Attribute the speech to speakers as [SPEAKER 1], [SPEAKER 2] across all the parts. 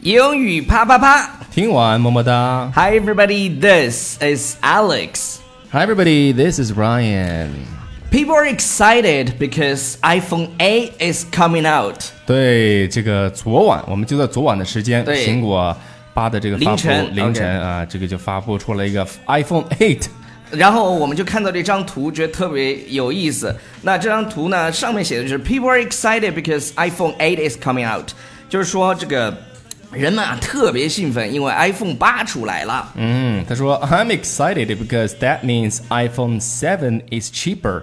[SPEAKER 1] 英语啪啪啪
[SPEAKER 2] 听完么么哒。
[SPEAKER 1] ！Hi everybody, this is Alex.
[SPEAKER 2] Hi everybody, this is Ryan。
[SPEAKER 1] People are excited because iPhone 8 is coming out.
[SPEAKER 2] 对，这个昨晚我们就在昨晚的时间，
[SPEAKER 1] 对
[SPEAKER 2] 苹果八的这个发布
[SPEAKER 1] 凌晨
[SPEAKER 2] 凌
[SPEAKER 1] OK
[SPEAKER 2] 晨啊，这个就发布出了一个 iPhone 8。
[SPEAKER 1] 然后我们就看到这张图，觉得特别有意思。那这张图呢，上面写的就是 People are excited because iPhone 8 is coming out，就是说这个人们啊特别兴奋，因为 iPhone 八出来了。
[SPEAKER 2] 嗯，他说 I'm excited because that means iPhone 7 is cheaper,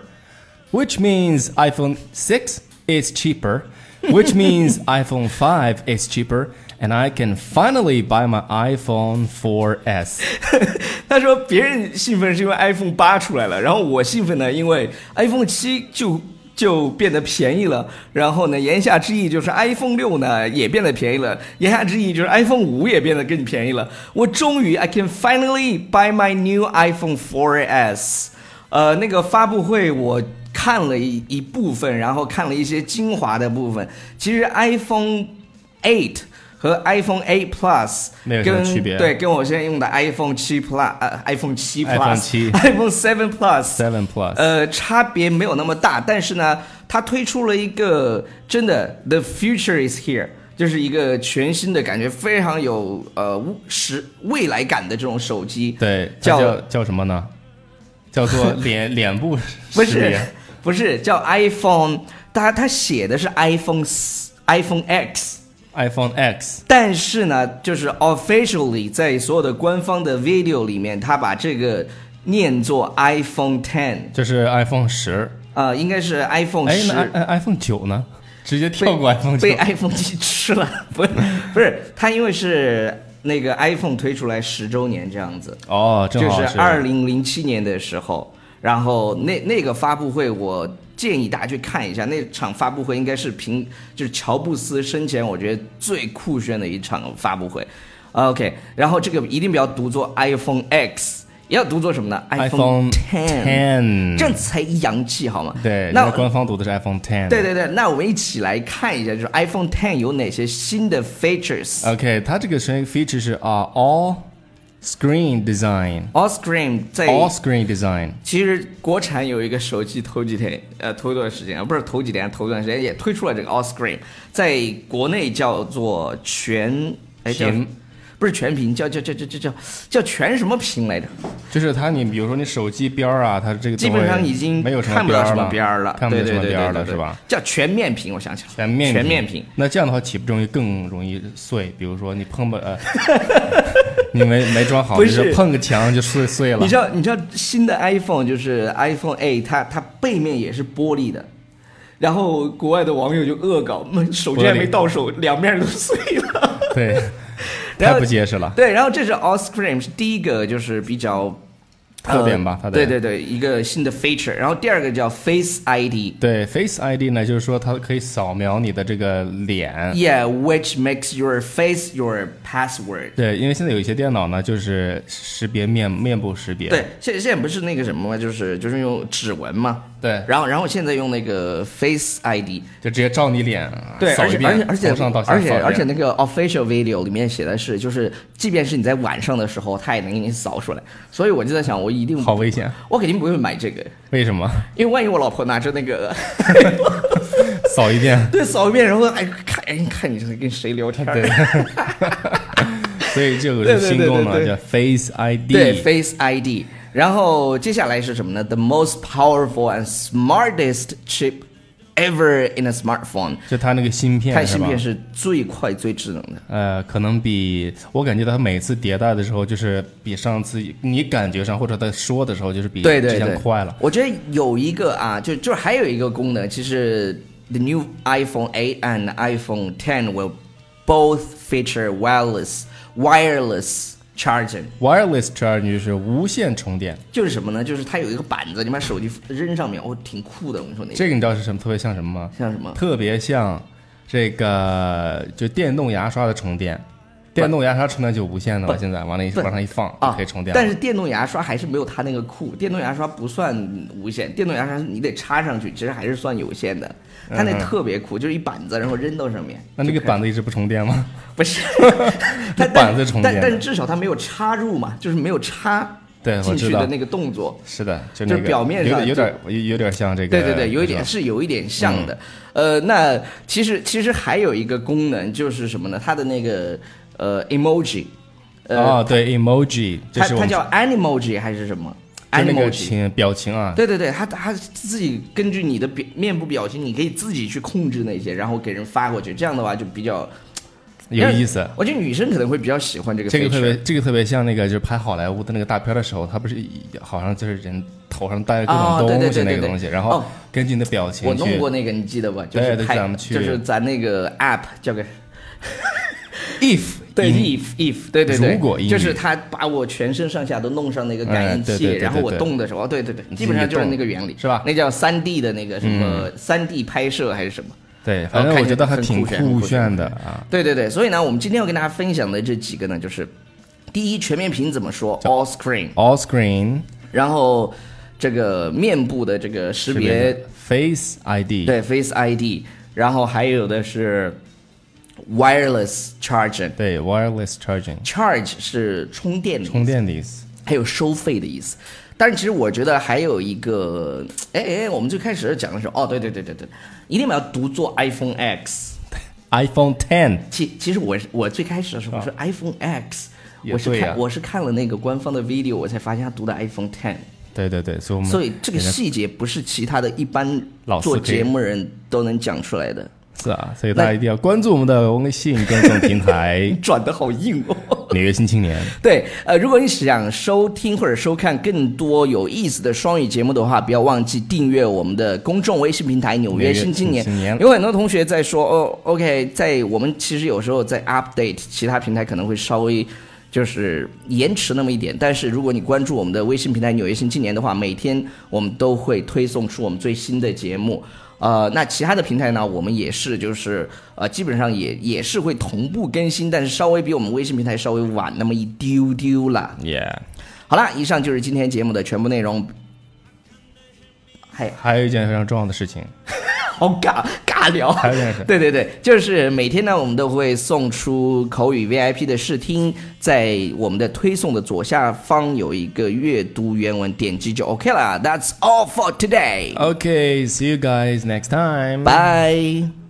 [SPEAKER 2] which means iPhone 6 is cheaper, which means iPhone 5 is cheaper, and I can finally buy my iPhone 4S。
[SPEAKER 1] 他说别人兴奋是因为 iPhone 八出来了，然后我兴奋呢，因为 iPhone 七就就变得便宜了。然后呢，言下之意就是 iPhone 六呢也变得便宜了，言下之意就是 iPhone 五也变得更便宜了。我终于 I can finally buy my new iPhone 4S。呃，那个发布会我。看了一一部分，然后看了一些精华的部分。其实 iPhone 8和 iPhone 8 Plus
[SPEAKER 2] 没有什么
[SPEAKER 1] 跟
[SPEAKER 2] 区别
[SPEAKER 1] 对，跟我现在用的 iPhone 7 Plus，呃，iPhone 7
[SPEAKER 2] iPhone 7
[SPEAKER 1] Plus，iPhone 7 Plus，
[SPEAKER 2] Seven Plus，
[SPEAKER 1] 呃，差别没有那么大，但是呢，它推出了一个真的 The future is here，就是一个全新的感觉，非常有呃时未来感的这种手机。
[SPEAKER 2] 对，它
[SPEAKER 1] 叫
[SPEAKER 2] 叫叫什么呢？叫做脸脸部
[SPEAKER 1] 不
[SPEAKER 2] 识
[SPEAKER 1] 是
[SPEAKER 2] 别
[SPEAKER 1] 不是叫 iPhone，它它写的是 iPhone 4 iPhone X。
[SPEAKER 2] iPhone X。
[SPEAKER 1] 但是呢，就是 officially 在所有的官方的 video 里面，他把这个念作 iPhone Ten，
[SPEAKER 2] 这是 iPhone 十，
[SPEAKER 1] 呃，应该是 iPhone
[SPEAKER 2] 哎，
[SPEAKER 1] 十
[SPEAKER 2] 那 i- iPhone 九呢？直接跳过 iPhone 九
[SPEAKER 1] 被，iPhone 七吃了，不是不是，它因为是那个 iPhone 推出来十周年这样子，
[SPEAKER 2] 哦，正
[SPEAKER 1] 就
[SPEAKER 2] 好
[SPEAKER 1] 是二零零七年的时候，然后那那个发布会，我建议大家去看一下，那场发布会应该是平就是乔布斯生前我觉得最酷炫的一场发布会。OK，然后这个一定不要读作 iPhone X，也要读作什么呢
[SPEAKER 2] iPhone
[SPEAKER 1] Ten，
[SPEAKER 2] Ten，
[SPEAKER 1] 这样才洋气好吗？
[SPEAKER 2] 对，
[SPEAKER 1] 那
[SPEAKER 2] 那官方读的是 iPhone Ten。
[SPEAKER 1] 对对对，那我们一起来看一下，就是 iPhone Ten 有哪些新的 features。
[SPEAKER 2] OK，它这个声音 feature 是啊、All Screen Design，All
[SPEAKER 1] All Screen 在
[SPEAKER 2] Screen Design。
[SPEAKER 1] 其实国产有一个手机，头几天呃，头一段时间，不是头几天，头一段时间也推出了这个 All Screen，在国内叫做全哎叫
[SPEAKER 2] 屏
[SPEAKER 1] 不是全屏，叫叫叫叫叫叫叫全什么屏来着？
[SPEAKER 2] 就是它，你比如说你手机边儿啊，它这个都
[SPEAKER 1] 基本上
[SPEAKER 2] 会
[SPEAKER 1] 已经
[SPEAKER 2] 没有什么
[SPEAKER 1] 看不到
[SPEAKER 2] 儿
[SPEAKER 1] 什么
[SPEAKER 2] 了
[SPEAKER 1] 边儿了，
[SPEAKER 2] 看不到
[SPEAKER 1] 对
[SPEAKER 2] 什么
[SPEAKER 1] 对对
[SPEAKER 2] 边儿
[SPEAKER 1] 对
[SPEAKER 2] 了，
[SPEAKER 1] 对
[SPEAKER 2] 是吧？？
[SPEAKER 1] 叫全面屏，我想起来了，
[SPEAKER 2] 全面
[SPEAKER 1] 全面屏。
[SPEAKER 2] 那这样的话岂不容易更容易碎？比如说你碰吧，呃， 你没没装好，
[SPEAKER 1] 不
[SPEAKER 2] 你
[SPEAKER 1] 是
[SPEAKER 2] 就碰个墙就碎碎了
[SPEAKER 1] 你知。道，你知道新的 iPhone 就是 iPhone A，它它背面也是玻璃的，然后国外的网友就恶搞，嗯手机还
[SPEAKER 2] 玻璃
[SPEAKER 1] 没到手，两面都碎了。
[SPEAKER 2] 对，
[SPEAKER 1] 然后
[SPEAKER 2] 太不结实了。
[SPEAKER 1] 对，然后这是 All Screen 是第一个，就是比较
[SPEAKER 2] 特点吧
[SPEAKER 1] 呃
[SPEAKER 2] 它的
[SPEAKER 1] 对对对，一个新的 feature。然后第二个叫 Face ID，Yeah，which
[SPEAKER 2] 对，Face ID 呢，就是说它可以扫描你的这个脸。
[SPEAKER 1] makes your face your password。
[SPEAKER 2] 对，因为现在有一些电脑呢，就是识别面面部识别。
[SPEAKER 1] 对，现现在不是那个什么嘛，就是就是用指纹嘛。
[SPEAKER 2] 对
[SPEAKER 1] 然后然后现在用那个 Face ID，
[SPEAKER 2] 就直接照你脸
[SPEAKER 1] 对，
[SPEAKER 2] 扫
[SPEAKER 1] 而
[SPEAKER 2] 一
[SPEAKER 1] 且
[SPEAKER 2] 遍，
[SPEAKER 1] 而且而且
[SPEAKER 2] 从上到下
[SPEAKER 1] 而且
[SPEAKER 2] 扫一遍
[SPEAKER 1] 而且那个 official video 里面写的是，就是即便是你在晚上的时候，它也能给你扫出来。所以我就在想，我一定
[SPEAKER 2] 好危险，
[SPEAKER 1] 我肯定不会买这个，
[SPEAKER 2] 为什么
[SPEAKER 1] 因为万一我老婆拿着那个，
[SPEAKER 2] 扫一遍？
[SPEAKER 1] 对，扫一遍，然后哎看哎你看你这是跟谁聊天儿？
[SPEAKER 2] 对，所以这
[SPEAKER 1] 对对
[SPEAKER 2] 个是新功能
[SPEAKER 1] 对对对
[SPEAKER 2] 叫 Face ID。
[SPEAKER 1] 对 Face ID。然后接下来是什么呢？The most powerful and smartest chip ever in a smartphone。
[SPEAKER 2] 就它那个芯片，
[SPEAKER 1] 它芯片
[SPEAKER 2] 是
[SPEAKER 1] 是
[SPEAKER 2] 吧
[SPEAKER 1] 最快最智能的。
[SPEAKER 2] 呃，可能比我感觉它每次迭代的时候，就是比上次你感觉上或者它说的时候，就是比
[SPEAKER 1] 对对
[SPEAKER 2] 之
[SPEAKER 1] 对，
[SPEAKER 2] 前快了。
[SPEAKER 1] 我觉得有一个啊，就就是还有一个功能，其实 the new iPhone 8 and iPhone 10 will both feature wireless wireless charging。
[SPEAKER 2] Wireless charge 就是无线充电，
[SPEAKER 1] 就是什么呢？就是它有一个板子，你把手机扔上面，哦，挺酷的。我跟你说那个
[SPEAKER 2] 这个你知道是什么？特别像什么吗？
[SPEAKER 1] 嗯像什么
[SPEAKER 2] 特别像这个就电动牙刷的充电。电动牙刷充电就无线的了，
[SPEAKER 1] 不
[SPEAKER 2] 现在往那一
[SPEAKER 1] 不
[SPEAKER 2] 往上一放就
[SPEAKER 1] 啊
[SPEAKER 2] 可以充电了。
[SPEAKER 1] 但是电动牙刷还是没有它那个酷，电动牙刷不算无线，电动牙刷你得插上去，其实还是算有线的。它那特别酷，就是一板子，然后扔到上面。
[SPEAKER 2] 嗯那那个板子一直不充电吗？
[SPEAKER 1] 不 是，它
[SPEAKER 2] 那板子充
[SPEAKER 1] 但
[SPEAKER 2] 电
[SPEAKER 1] 但是至少它没有插入嘛，就是没有插
[SPEAKER 2] 对我
[SPEAKER 1] 进去
[SPEAKER 2] 知道
[SPEAKER 1] 的那个动作。
[SPEAKER 2] 是的，就那个
[SPEAKER 1] 就表面上
[SPEAKER 2] 有点有点有点像这个，嗯
[SPEAKER 1] 对对对，有一
[SPEAKER 2] 是
[SPEAKER 1] 点
[SPEAKER 2] 吧
[SPEAKER 1] 是有一点像的。呃，那其实其实还有一个功能就是什么呢？它的那个呃 emoji，呃，
[SPEAKER 2] 哦，对，emoji，这
[SPEAKER 1] 它
[SPEAKER 2] 是我
[SPEAKER 1] 它
[SPEAKER 2] 们
[SPEAKER 1] 叫 animoji 还是什么
[SPEAKER 2] 就那个
[SPEAKER 1] ？animoji。
[SPEAKER 2] 情表情啊，
[SPEAKER 1] 对对对，它它自己根据你的表面部表情，你可以自己去控制那些，然后给人发过去。这样的话就比较
[SPEAKER 2] 有意思。。
[SPEAKER 1] 我觉得女生可能会比较喜欢这个
[SPEAKER 2] 这个
[SPEAKER 1] feature。
[SPEAKER 2] 特别，这个特别像那个，就是拍好莱坞的那个大片的时候，他不是一好像就是人头上戴着各
[SPEAKER 1] 哦
[SPEAKER 2] 种
[SPEAKER 1] 对对
[SPEAKER 2] 东西
[SPEAKER 1] 对
[SPEAKER 2] 那
[SPEAKER 1] 对
[SPEAKER 2] 个
[SPEAKER 1] 对
[SPEAKER 2] 东西，
[SPEAKER 1] 哦
[SPEAKER 2] 然后根据你的表情
[SPEAKER 1] 我
[SPEAKER 2] 去。
[SPEAKER 1] 弄过那个，你记得吧？就
[SPEAKER 2] 对
[SPEAKER 1] 是
[SPEAKER 2] 对
[SPEAKER 1] 拍
[SPEAKER 2] 咱们，去
[SPEAKER 1] 就是咱那个 app 叫个
[SPEAKER 2] if 嗯
[SPEAKER 1] 对
[SPEAKER 2] 因
[SPEAKER 1] if if 对对对，
[SPEAKER 2] 如果英语
[SPEAKER 1] 就是他把我全身上下都弄上那个感应
[SPEAKER 2] 哎对对
[SPEAKER 1] 器，
[SPEAKER 2] 对对
[SPEAKER 1] 然后我
[SPEAKER 2] 对
[SPEAKER 1] 动的时候，哦对对对，
[SPEAKER 2] 你
[SPEAKER 1] 基本上
[SPEAKER 2] 自己
[SPEAKER 1] 就是
[SPEAKER 2] 动
[SPEAKER 1] 那个原理，
[SPEAKER 2] 是吧嗯
[SPEAKER 1] 那叫三 D 的那个什么三 D 拍摄还是什么？
[SPEAKER 2] 对，反正
[SPEAKER 1] 哦看起
[SPEAKER 2] 我觉
[SPEAKER 1] 来
[SPEAKER 2] 得还
[SPEAKER 1] 很
[SPEAKER 2] 挺
[SPEAKER 1] 酷炫很酷
[SPEAKER 2] 酷炫
[SPEAKER 1] 炫
[SPEAKER 2] 的啊。
[SPEAKER 1] 对对对，所以呢，我们今天要跟大家分享的这几个呢，就是第一全面屏怎么说 all screen，
[SPEAKER 2] All screen
[SPEAKER 1] 然后这个面部的这个识
[SPEAKER 2] 这边
[SPEAKER 1] 别
[SPEAKER 2] 的 Face ID，
[SPEAKER 1] 对 Face ID，然后还有的是 wireless charging。
[SPEAKER 2] 对 wireless charging
[SPEAKER 1] Charge 是充电的意思，
[SPEAKER 2] 充电的意思。
[SPEAKER 1] 还有收费的意思。但是其实我觉得还有一个，哎哎，我们最开始讲的时候，哦，对对对对对，一定要读作 iPhone X。
[SPEAKER 2] iPhone Ten
[SPEAKER 1] 其其实我是我最开始的时候我是 iPhone X，、
[SPEAKER 2] 也
[SPEAKER 1] 我是
[SPEAKER 2] 对
[SPEAKER 1] 看、
[SPEAKER 2] 呀
[SPEAKER 1] 我是看了那个官方的 video，我才发现他读的 iPhone Ten，
[SPEAKER 2] 对对对，所以我们
[SPEAKER 1] 所以这个
[SPEAKER 2] 人家
[SPEAKER 1] 细节不是其他的一般
[SPEAKER 2] 嗯老司
[SPEAKER 1] 做
[SPEAKER 2] 机
[SPEAKER 1] 节目人都能讲出来的。
[SPEAKER 2] 是啊，所以大家一定要关注我们的微信公众平台
[SPEAKER 1] 转的好硬哦。
[SPEAKER 2] 《纽约新青年》。
[SPEAKER 1] 对，呃，如果你想收听或者收看更多有意思的双语节目的话，不要忘记订阅我们的公众微信平台《纽约新青年
[SPEAKER 2] 纽约新》青年
[SPEAKER 1] 有很多同学在说，哦，OK，在我们其实有时候在 update 其他平台可能会稍微。就是延迟那么一点，但是如果你关注我们的微信平台《纽约新青年》的话，每天我们都会推送出我们最新的节目。呃，那其他的平台呢，我们也是就是呃，基本上也也是会同步更新，但是稍微比我们微信平台稍微晚那么一丢丢啦。
[SPEAKER 2] Yeah，
[SPEAKER 1] 好啦，以上就是今天节目的全部内容。还
[SPEAKER 2] 还有一件非常重要的事情，
[SPEAKER 1] 好尬尬聊，。
[SPEAKER 2] 还有一件事
[SPEAKER 1] 对对对，就是每天呢，我们都会送出口语 VIP 的试听，在我们的推送的左下方有一个阅读原文，点击就
[SPEAKER 2] 呃
[SPEAKER 1] OK 了。That's all for today.
[SPEAKER 2] Okay, see you guys next time.
[SPEAKER 1] Bye.